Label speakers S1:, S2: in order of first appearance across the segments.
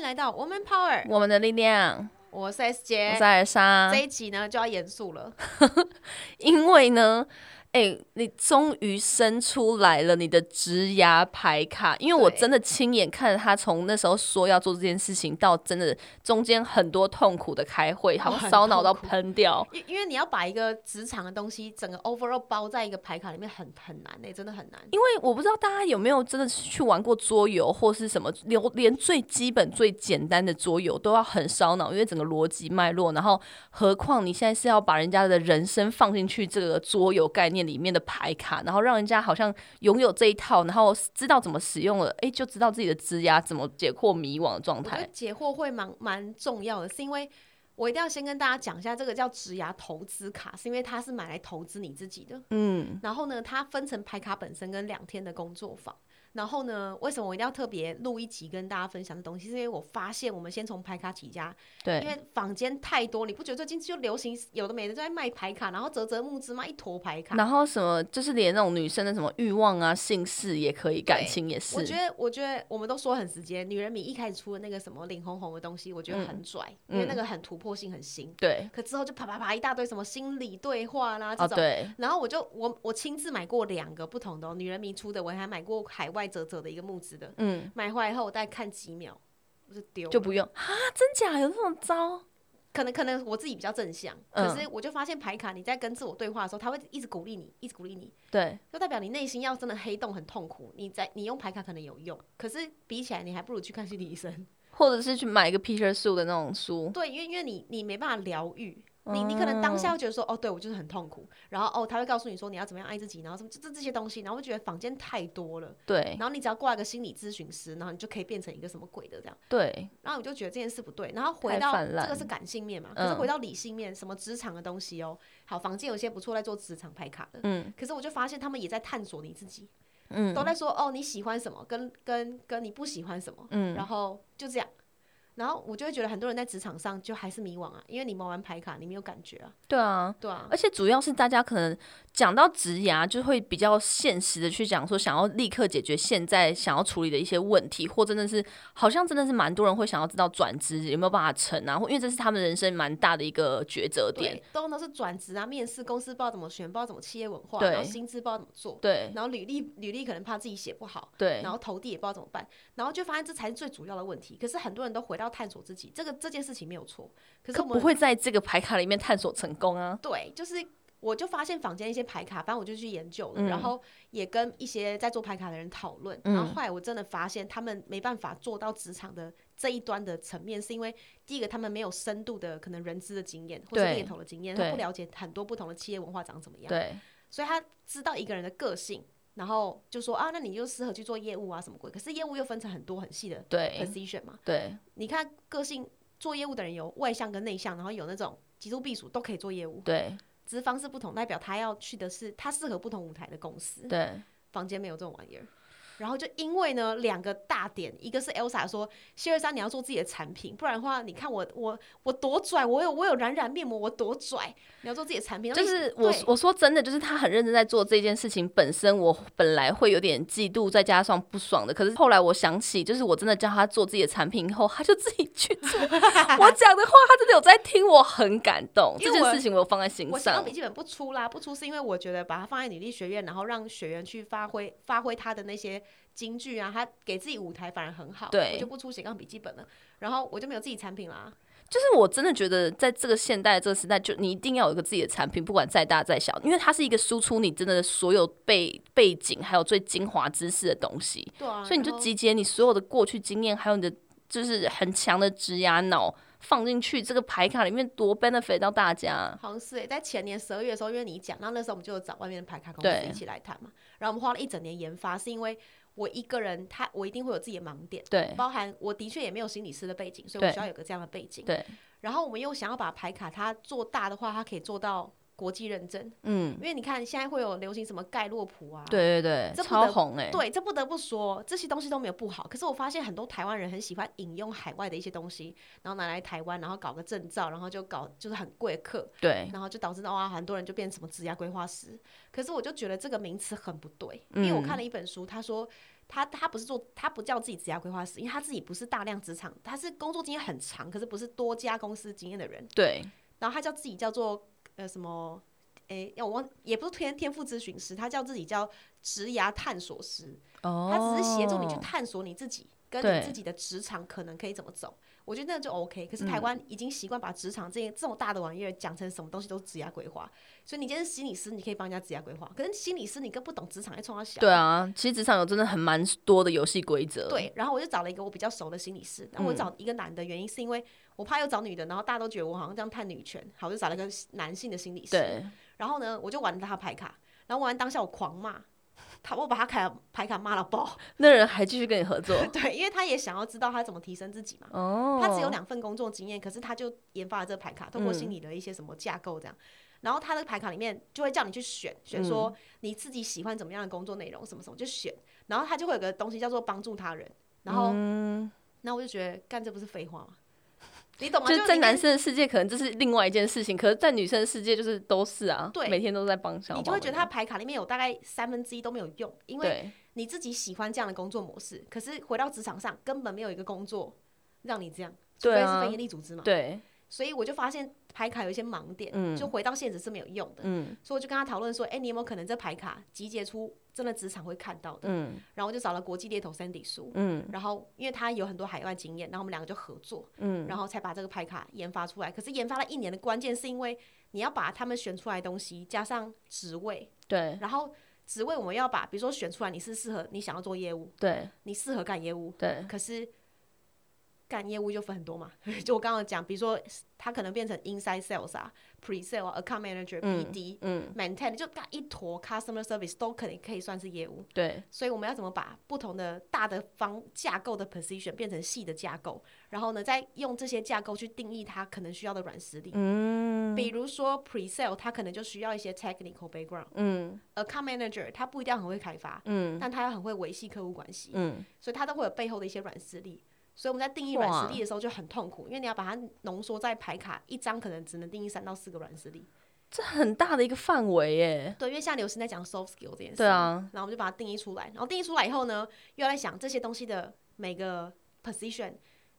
S1: 来到 Woman Power，
S2: 我们的力量，
S1: 我是 S
S2: 我
S1: 姐
S2: 是。啊艾莎
S1: 这。一集呢就要严肃了，
S2: 因为呢，哎、你终于生出来了你的职涯牌卡，因为我
S1: 对
S2: 真的亲眼看着他从那时候说要做这件事情，到真的中间很多痛苦的开会，好像
S1: 哦很
S2: 烧脑到
S1: 痛苦
S2: 喷掉。
S1: 因因为你要把一个职场的东西整个 overall 包在一个牌卡里面很很难欸呢、真的很难。
S2: 因为我不知道大家有没有真的去玩过桌游或是什么，连连最基本最简单的桌游都要很烧脑，因为整个逻辑脉络，然后何况你现在是要把人家的人生放进去这个桌游概念里面的牌卡，然后让人家好像拥有这一套，然后知道怎么使用了，诶，就知道自己的枝丫怎么解惑迷惘的状
S1: 我觉得
S2: 态。
S1: 解惑会蛮蛮重要的，是因为我一定要先跟大家讲一下，这个叫职涯投资卡，是因为它是买来投资你自己的。
S2: 嗯，
S1: 然后呢，它分成牌卡本身跟两天的工作坊。然后呢，为什么我一定要特别录一集跟大家分享的东西？是因为我发现我们先从牌卡起家，因
S2: 对，
S1: 为坊间太多，你不觉得最近就流行有的没的都在卖牌卡，然后折折木之嘛，一坨牌卡。
S2: 然后什么就是连那种女生的什么欲望啊、性事也可以，感
S1: 对
S2: 情也是
S1: 我。觉得，我觉得我们都说很直接，女人迷一开始出的那个什么领红红的东西，我觉得很拽，
S2: 嗯
S1: 因为那个很突破性很新。
S2: 对，
S1: 可之后就啪啪啪一大堆什么心理对话啦这
S2: 哦
S1: 种。
S2: 对，
S1: 然后我就我我亲自买过两个不同的、哦、女人迷出的，我还买过海外泽泽的一个木质的，
S2: 嗯。
S1: 买回来以后我大概看几秒，我就丢了，
S2: 就不用啊？真假有这种招？
S1: 可能可能我自己比较正向，
S2: 嗯
S1: 可是我就发现牌卡你在跟自我对话的时候，他会一直鼓励你，一直鼓励你，
S2: 对，
S1: 就代表你内心要真的黑洞很痛苦，你在你用牌卡可能有用，可是比起来你还不如去看心理医生，
S2: 或者是去买一个 Peter 树的那种书，
S1: 对，因为因为你你没办法疗愈。你你可能当
S2: 嗯
S1: 下会觉得说，哦，对我就是很痛苦，然后哦，他会告诉你说你要怎么样爱自己，然后什么这这这些东西，然后我觉得房间太多了，
S2: 对
S1: 然后你只要挂一个心理咨询师，然后你就可以变成一个什么鬼的这样，
S2: 对，
S1: 然后我就觉得这件事不对，然后回
S2: 太
S1: 到
S2: 泛
S1: 这
S2: 滥
S1: 个是感性面嘛，可是
S2: 嗯
S1: 回到理性面，什么职场的东西哦，好，房间有些不错在做职场牌卡的，
S2: 嗯
S1: 可是我就发现他们也在探索你自己，
S2: 嗯
S1: 都在说哦你喜欢什么，跟跟跟你不喜欢什么，
S2: 嗯，
S1: 然后就这样。然后我就会觉得很多人在职场上就还是迷惘啊，因为你玩完牌卡，你没有感觉啊，
S2: 对啊。
S1: 对啊，
S2: 而且主要是大家可能讲到职涯，就会比较现实的去讲说，想要立刻解决现在想要处理的一些问题，或真的是好像真的是蛮多人会想要知道转职有没有办法成啊，或因为这是他们人生蛮大的一个抉择点。
S1: 对，都都是转职啊，面试公司不知道怎么选，不知道怎么企业文化，
S2: 对
S1: 然后薪资不知道怎么做，
S2: 对
S1: 然后履历履历可能怕自己写不好，
S2: 对
S1: 然后投递也不知道怎么办，然后就发现这才是最主要的问题。可是很多人都回到探索自己，这个这件事情没有错，可是
S2: 可
S1: 我
S2: 不
S1: 们
S2: 会在这个牌卡里面探索成功啊。
S1: 对，就是我就发现坊间一些牌卡，反正我就去研究了，
S2: 嗯
S1: 然后也跟一些在做牌卡的人讨论，
S2: 嗯
S1: 然后后来我真的发现他们没办法做到职场的这一端的层面，是因为第一个他们没有深度的可能人资的经验或者
S2: 对
S1: 猎头的经验，
S2: 对
S1: 他不了解很多不同的企业文化长怎么样，
S2: 对，
S1: 所以他知道一个人的个性。然后就说啊，那你就适合去做业务啊，什么鬼？可是业务又分成很多很细的
S2: 对，
S1: position 嘛。
S2: 对，
S1: 你看个性做业务的人有外向跟内向，然后有那种极度避暑都可以做业务，
S2: 对，
S1: 只是方式不同，代表他要去的是他适合不同舞台的公司。
S2: 对，
S1: 房间没有这种玩意儿。然后就因为呢，两个大点，一个是 Elsa 说，谢瑞莎你要做自己的产品，不然的话，你看我我我多拽，我有我有染染面膜，我多拽，你要做自己的产品，然后
S2: 就
S1: 你
S2: 是我
S1: 对
S2: 我说真的，就是他很认真在做这件事情本身，我本来会有点嫉妒，再加上不爽的。可是后来我想起，就是我真的叫他做自己的产品以后，他就自己去 做。我讲的话，他真的有在听，我很感动。
S1: 因
S2: 这
S1: 为我
S2: 件事情我有放在心
S1: 我希望
S2: 上
S1: 笔。记本不出啦，不出是因为我觉得把它放在女力学院，然后让学员去发挥发挥他的那些金句啊，他给自己舞台反而很好，
S2: 对
S1: 我就不出斜杠笔记本了，然后我就没有自己产品啦，
S2: 就是我真的觉得，在这个现代这个时代，就你一定要有一个自己的产品，不管再大再小，因为它是一个输出你真的所有背背景还有最精华知识的东西。
S1: 对啊，
S2: 所以
S1: 然
S2: 你就
S1: 后
S2: 集结你所有的过去经验，还有你的就是很强的职涯脑放进去这个牌卡里面，多 benefit 到大家。
S1: 好像是、欸、在前年十二月的时候，因为你讲，然后那时候我们就有找外面的牌卡公
S2: 对
S1: 司一起来谈嘛，然后我们花了一整年研发，是因为我一个人他我一定会有自己的盲点。
S2: 对
S1: 包含我的确也没有心理师的背景，所以
S2: 对
S1: 我需要有个这样的背景。
S2: 对，
S1: 然后我们又想要把牌卡它做大的话，它可以做到国际认证，
S2: 嗯，
S1: 因为你看现在会有流行什么盖洛普啊，
S2: 对对
S1: 这
S2: 对，
S1: 不
S2: 超
S1: 得
S2: 红哎、
S1: 对，这不得不说，这些东西都没有不好。可是我发现很多台湾人很喜欢引用海外的一些东西，然后拿来台湾，然后搞个证照，然后就搞就是很贵的课，
S2: 对
S1: 然后就导致到啊，很多人就变什么职业规划师。可是我就觉得这个名词很不对，因为我看了一本书，他说他他不是做，他不叫自己职业规划师，因为他自己不是大量职场，他是工作经验很长，可是不是多家公司经验的人。
S2: 对，
S1: 然后他叫自己叫做呃什么，诶，我忘，也不是天天赋咨询师，他叫自己叫职涯探索师。
S2: 哦，
S1: 他只是协助你去探索你自己，跟
S2: 对嗯
S1: 你自己的职场可能可以怎么走。我觉得那就 OK。可是台湾已经习惯把职场这这种大的玩意儿讲成什么东西都是职业规划，所以你今天是心理师，你可以帮人家职业规划。可是心理师你更不懂职场，要创造小。
S2: 对啊，其实职场有真的很蛮多的游戏规则。
S1: 对，然后我就找了一个我比较熟的心理师，
S2: 嗯
S1: 然后我找一个男的，原因是因为我怕又找女的，然后大家都觉得我好像这样探女权，好，我就找了一个男性的心理师。
S2: 对，
S1: 然后呢，我就玩了他的牌卡，然后玩完当下我狂骂他，我把他卡牌卡骂到爆，
S2: 那人还继续跟你合作
S1: 对，因为他也想要知道他怎么提升自己嘛。
S2: 哦，嗯
S1: 他只有两份工作经验，可是他就研发了这个牌卡，通过心理的一些什么架构这样。然后他的牌卡里面就会叫你去选，选
S2: 嗯
S1: 说你自己喜欢怎么样的工作内容，什么什么就选。然后他就会有个东西叫做帮助他人。然后，
S2: 嗯
S1: 那我就觉得干这不是废话吗？ 你懂吗？
S2: 就是在
S1: 你
S2: 男生的世界可能这是另外一件事情，可是，在女生的世界就是都是啊，
S1: 对
S2: 每天都在帮小
S1: 你
S2: 宝
S1: 就会
S2: 们
S1: 觉得他牌卡里面有大概三分之一都没有用，因为
S2: 对
S1: 你自己喜欢这样的工作模式，可是回到职场上根本没有一个工作让你这样，除
S2: 对
S1: 非
S2: 啊
S1: 是非营利组织嘛。
S2: 对，
S1: 所以我就发现牌卡有一些盲点，
S2: 嗯
S1: 就回到现实是没有用的。
S2: 嗯
S1: 所以我就跟他讨论说，哎、你有没有可能这牌卡集结出真的职场会看到的？
S2: 嗯
S1: 然后我就找了国际猎头 Sandy 叔，
S2: 嗯
S1: 然后因为他有很多海外经验，然后我们两个就合作，
S2: 嗯，
S1: 然后才把这个牌卡研发出来。可是研发了一年的关键是因为你要把他们选出来的东西加上职位，
S2: 对
S1: 然后职位我们要把，比如说选出来你是适合你想要做业务，
S2: 对
S1: 你适合干业务，
S2: 对，
S1: 可是干业务就分很多嘛， 就我刚刚讲，比如说他可能变成 inside sales 啊、pre sale 啊、account manager、
S2: 嗯
S1: BD、
S2: 嗯
S1: maintain，就干一坨 customer service 都可能可以算是业务。
S2: 对
S1: 所以我们要怎么把不同的大的方架构的 position 变成细的架构，然后呢，再用这些架构去定义它可能需要的软实力。
S2: 嗯
S1: 比如说 pre sale，它可能就需要一些 technical background；account
S2: 嗯
S1: manager 他不一定要很会开发，
S2: 嗯
S1: 但他要很会维系客户关系。
S2: 嗯，
S1: 所以它都会有背后的一些软实力。所以我们在定义软实力的时候就很痛苦，因为你要把它浓缩在牌卡一张，可能只能定义三到四个软实力。
S2: 这很大的一个范围耶，
S1: 对，因为现在流行在讲 soft skill 这件事，
S2: 对，啊，
S1: 然后我们就把它定义出来，然后定义出来以后呢，又要在想这些东西的每个 position，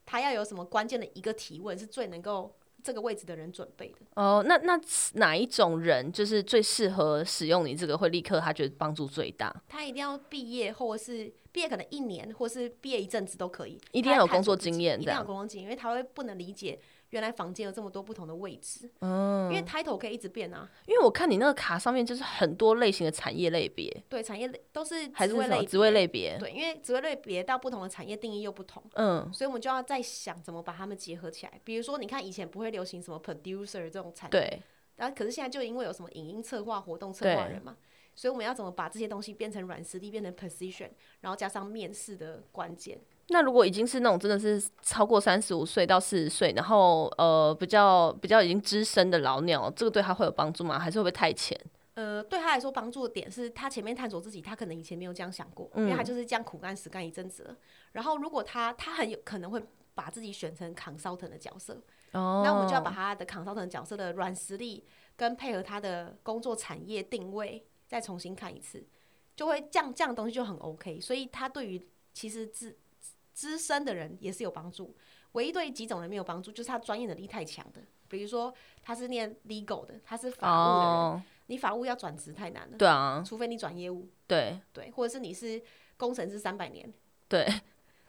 S1: 它要有什么关键的一个提问是最能够这个位置的人准备的。
S2: 哦，那那哪一种人就是最适合使用你这个，会立刻他觉得帮助最大，
S1: 他一定要毕业，或者是毕业可能一年，或是毕业一阵子都可以，
S2: 一定要有
S1: 他在探索
S2: 工作
S1: 自己
S2: 经验
S1: 一
S2: 这
S1: 定要
S2: 样
S1: 有工作经验，因为他会不能理解原来房间有这么多不同的位置，
S2: 嗯
S1: 因为 title 可以一直变啊，
S2: 因为我看你那个卡上面就是很多类型的产业类别，
S1: 对，产业类都是
S2: 还是
S1: 职
S2: 什
S1: 位
S2: 么
S1: 类，
S2: 职位类别，
S1: 对，因为职位类别到不同的产业定义又不同，
S2: 嗯，
S1: 所以我们就要再想怎么把它们结合起来。比如说，你看以前不会流行什么 producer 这种产业，
S2: 对，
S1: 然后可是现在就因为有什么影音策划、活动策划
S2: 对
S1: 人嘛，所以我们要怎么把这些东西变成软实力，变成 position，然后加上面试的关键。
S2: 那如果已经是那种真的是超过三十五岁到四十岁，然后呃比较比较已经资深的老鸟，这个对他会有帮助吗？还是会不会太浅？
S1: 呃，对他来说帮助的点是他前面探索自己，他可能以前没有这样想过，因为他就是这样苦干实干一阵子了。然后如果他他很有可能会把自己选成 consultant 的角色，
S2: 哦
S1: 那我们就要把他的 consultant 角色的软实力跟配合他的工作产业定位再重新看一次，就会这样这样的东西就很 OK。所以他对于其实资资深的人也是有帮助，唯一对几种人没有帮助，就是他专业能力太强的，比如说他是念 legal 的，他是法务的人，
S2: 哦，
S1: 你法务要转职太难了，
S2: 对啊，
S1: 除非你转业务，
S2: 对
S1: 对，或者是你是工程师三百年，
S2: 对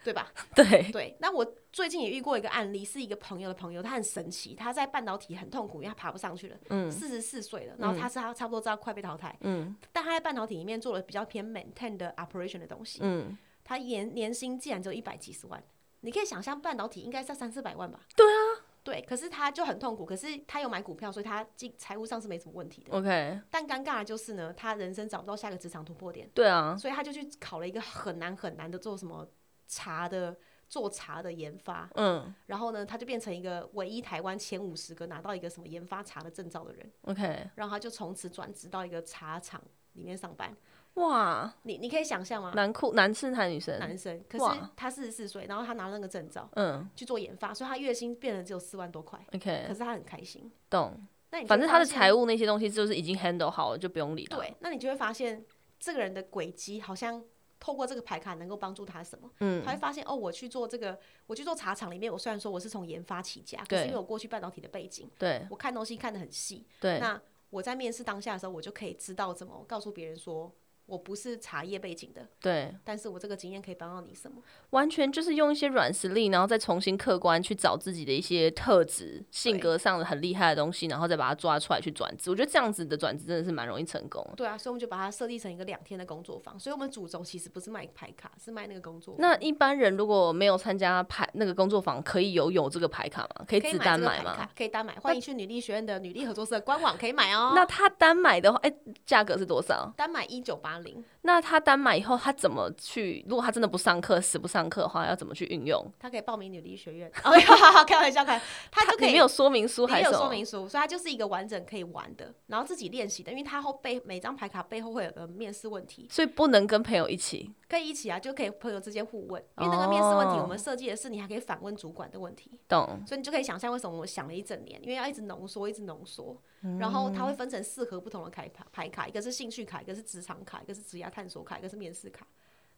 S1: 对吧？
S2: 对，
S1: 对，那我最近也遇过一个案例，是一个朋友的朋友，他很神奇，他在半导体很痛苦，因为他爬不上去了，四十四岁了，然后他是他差不多知道快被淘汰，
S2: 嗯
S1: 但他在半导体里面做了比较偏 maintain 的 operation 的东西，
S2: 嗯，
S1: 他年年薪竟然只有一百几十万，你可以想象半导体应该在三四百万吧？
S2: 对
S1: 啊，对，可是他就很痛苦，可是他有买股票，所以他经财务上是没什么问题的，
S2: OK，
S1: 但尴尬的就是呢，他人生找不到下个职场突破点。
S2: 对啊，
S1: 所以他就去考了一个很难很难的做什么茶的做茶的研发，
S2: 嗯
S1: 然后呢，他就变成一个唯一台湾前五十个拿到一个什么研发茶的证照的人，
S2: ，OK，
S1: 然后他就从此转职到一个茶厂里面上班。
S2: 哇，
S1: 你你可以想象吗？
S2: 男酷男生还是女生？
S1: 男生，可
S2: 哇
S1: 是他四十四岁，然后他拿了那个证照
S2: 嗯
S1: 去做研发，所以他月薪变得只有四万多块，可
S2: ，OK，
S1: 是他很开心。
S2: 懂。
S1: 那你就会
S2: 呃反正他的
S1: 发现
S2: 财务那些东西就是已经 handle 好了，就不用理了。
S1: 对，那你就会发现这个人的轨迹好像透过这个牌卡能够帮助他什么。
S2: 嗯
S1: 他会发现哦，我去做这个，我去做茶厂里面，我虽然说我是从研发起家，可
S2: 对
S1: 是因为我过去半导体的背景，
S2: 对
S1: 我看东西看得很细，
S2: 对
S1: 那我在面试当下的时候，我就可以知道怎么告诉别人说我不是茶叶背景的，
S2: 对，
S1: 但是我这个经验可以帮到你什么？
S2: 完全就是用一些软实力，然后再重新客观去找自己的一些特质、性格上的很厉害的东西，然后再把它抓出来去转职。我觉得这样子的转职真的是蛮容易成功的。
S1: 对啊，所以我们就把它设计成一个两天的工作坊。所以我们主轴其实不是卖牌卡，是卖那个工作坊。
S2: 那一般人如果没有参加牌那个工作坊，可以有有这个牌卡吗？可以
S1: 可以
S2: 只
S1: 买
S2: 单
S1: 这个
S2: 买
S1: 牌
S2: 吗？
S1: 卡可以单买，欢迎去女力学院的女力合作社官网可以买哦。
S2: 那他单买的话，哎、价格是多少？
S1: 单买一九八零，
S2: 那他单买以后，他怎么去？如果他真的不上课，死不上课的话，要怎么去运用？
S1: 他可以报名女力学院。哦，没有好 好开玩笑，开玩笑，他就可
S2: 里
S1: 以
S2: 面有说明书
S1: 里面
S2: 还是
S1: 有
S2: 什
S1: 说
S2: 么？
S1: 明书，所以它就是一个完整可以玩的，然后自己练习的，因为它后背每张牌卡背后会有个面试问题，
S2: 所以不能跟朋友一起。
S1: 可以一起啊，就可以朋友之间互问，因为那个面试问题
S2: 哦
S1: 我们设计的是你还可以反问主管的问题，
S2: 懂？
S1: 所以你就可以想象为什么我想了一整年，因为要一直浓缩，一直浓缩，
S2: 嗯
S1: 然后它会分成四盒不同的卡牌牌卡，一个是兴趣卡，一个是职场卡，一个是职业探索卡，一个是面试卡，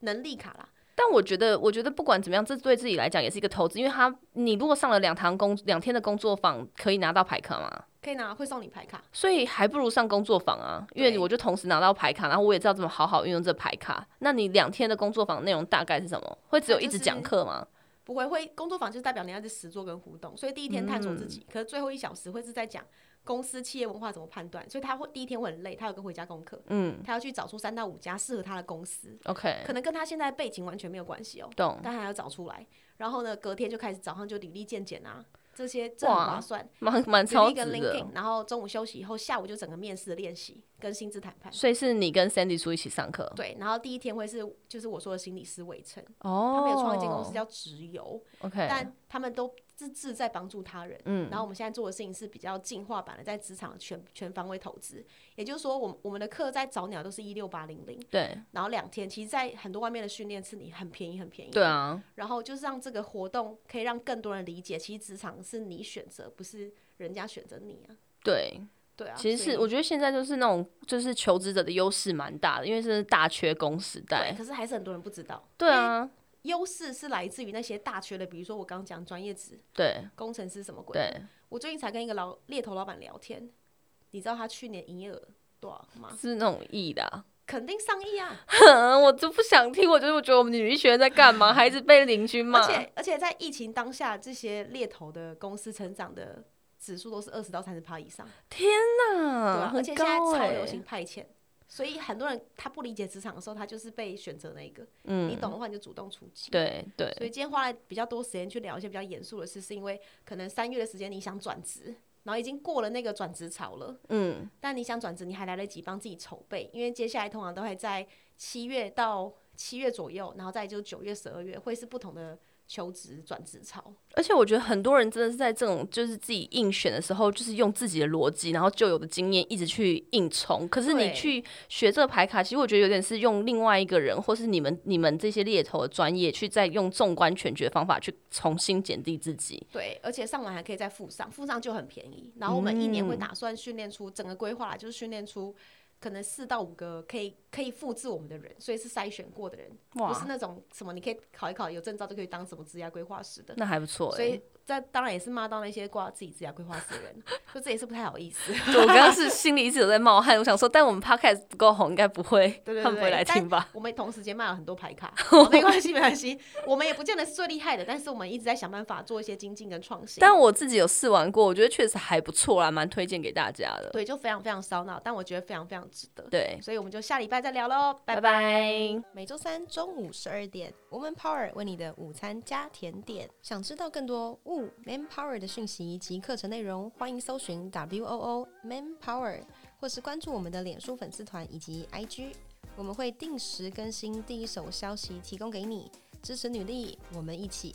S1: 能力卡啦，
S2: 但我觉得，我觉得不管怎么样，这对自己来讲也是一个投资，因为他你如果上了两堂工两天的工作坊，可以拿到牌卡吗？
S1: 可以拿会送你牌卡，
S2: 所以还不如上工作坊啊，因为
S1: 对
S2: 我就同时拿到牌卡，然后我也知道怎么好好运用这牌卡。那你两天的工作坊内容大概是什么？会只有一直
S1: 它
S2: 讲
S1: 就是
S2: 课吗？
S1: 不会，会工作坊就是代表你要是实做跟互动，所以第一天探索自己，
S2: 嗯
S1: 可是最后一小时会是在讲公司企业文化怎么判断，所以他会第一天会很累，他有个回家功课，
S2: 嗯
S1: 他要去找出三到五家适合他的公司，
S2: ，OK，
S1: 可能跟他现在背景完全没有关系哦，
S2: 懂。
S1: 但他要找出来，然后呢，隔天就开始早上就履历健检啊，这些这很
S2: 哇
S1: 划算，
S2: 蛮蛮
S1: 履
S2: 嗯超
S1: 历
S2: 值
S1: 跟
S2: 的。
S1: LinkedIn，然后中午休息以后，下午就整个面试的练习跟薪资谈判。
S2: 所以是你跟 Sandy 叔一起上课
S1: 对，然后第一天会是就是我说的心理师围城，
S2: 哦
S1: 他们有创一间公司叫直邮，
S2: OK，
S1: 但他们都是志在帮助他人。
S2: 嗯
S1: 然后我们现在做的事情是比较进化版的，在职场的全全方位投资。也就是说，我们我们的课在早鸟都是一六八零零，
S2: 对
S1: 然后两天。其实，在很多外面的训练是你很便宜，很便宜。
S2: 对。啊，
S1: 然后就是让这个活动可以让更多人理解，其实职场是你选择，不是人家选择你啊。
S2: 对，
S1: 对啊，
S2: 其实
S1: 所以
S2: 是我觉得现在就是那种就是求职者的优势蛮大的，因为这是大缺工时代
S1: 对，。可是还是很多人不知道。
S2: 对，啊，
S1: 优势是来自于那些大缺的，比如说我刚讲专业职、
S2: 对
S1: 工程师什么鬼啊的。
S2: 对，
S1: 我最近才跟一个老猎头老板聊天，你知道他去年营业额多少吗？
S2: 是那种意的啊、
S1: 肯定上亿啊！
S2: 我就不想听，我就是觉得我们女力学院在 干嘛，还一直被邻居骂啊
S1: 而。且而且在疫情当下，这些猎头的公司成长的指数都是二十到三十趴以上，对
S2: 啊
S1: 吧、而
S2: 很
S1: 且现在
S2: 高
S1: 超
S2: 哎、
S1: 流行派遣，所以很多人他不理解职场的时候，他就是被选择那一个。你
S2: 嗯，
S1: 懂的话，你就主动出击。。
S2: 对对
S1: 所以今天花了比较多时间去聊一些比较严肃的事，是因为可能三月的时间你想转职，然后已经过了那个转职潮了，
S2: 嗯，
S1: 但你想转职，你还来得及帮自己筹备，因为接下来通常都会在七月到七月左右，然后再就是九月、十二月会是不同的求职转职潮。
S2: 而且我觉得很多人真的是在这种就是自己应选的时候，就是用自己的逻辑，然后旧有的经验一直去硬冲。可是你
S1: 对
S2: 去学这个牌卡，其实我觉得有点是用另外一个人，或是你们你们这些猎头的专业，去再用纵观全局的方法去重新检定自己。
S1: 对，而且上完还可以再附上，附上就很便宜。然后我们一年会
S2: 嗯
S1: 打算训练出、整个规划啦，就是训练出可能四到五个可以可以复制我们的人，所以是筛选过的人，不是
S2: 哇，
S1: 那种什么你可以考一考有证照就可以当什么职业规划师的。
S2: 那还不错
S1: 所
S2: 哎、
S1: 以这当然也是骂到那些挂自己职业规划师的人， 就这也是不太好意思。
S2: 对我刚刚是心里一直有在冒汗，我想说，但我们 podcast 不够红，应该不会，
S1: 对 对
S2: 他们不会
S1: 对
S2: 来听吧？
S1: 我们同时间卖了很多牌 卡，好没关系，没关系。我们也不见得是最厉害的，但是我们一直在想办法做一些精进跟创新。
S2: 但我自己有试玩过，我觉得确实还不错啦，蛮推荐给大家的。
S1: 对，就非常非常烧脑，但我觉得非常非常值得。
S2: 对，
S1: 所以我们就下礼拜再聊喽，拜拜。
S2: 拜
S3: 每周三中午十二点，Woman Power 为你的午餐加甜点。想知道更多 Wo Man Power 的讯息及课程内容，欢迎搜寻 W O O Man Power，或是关注我们的脸书粉丝团以及 IG，我们会定时更新第一手消息，提供给你支持女力，我们一起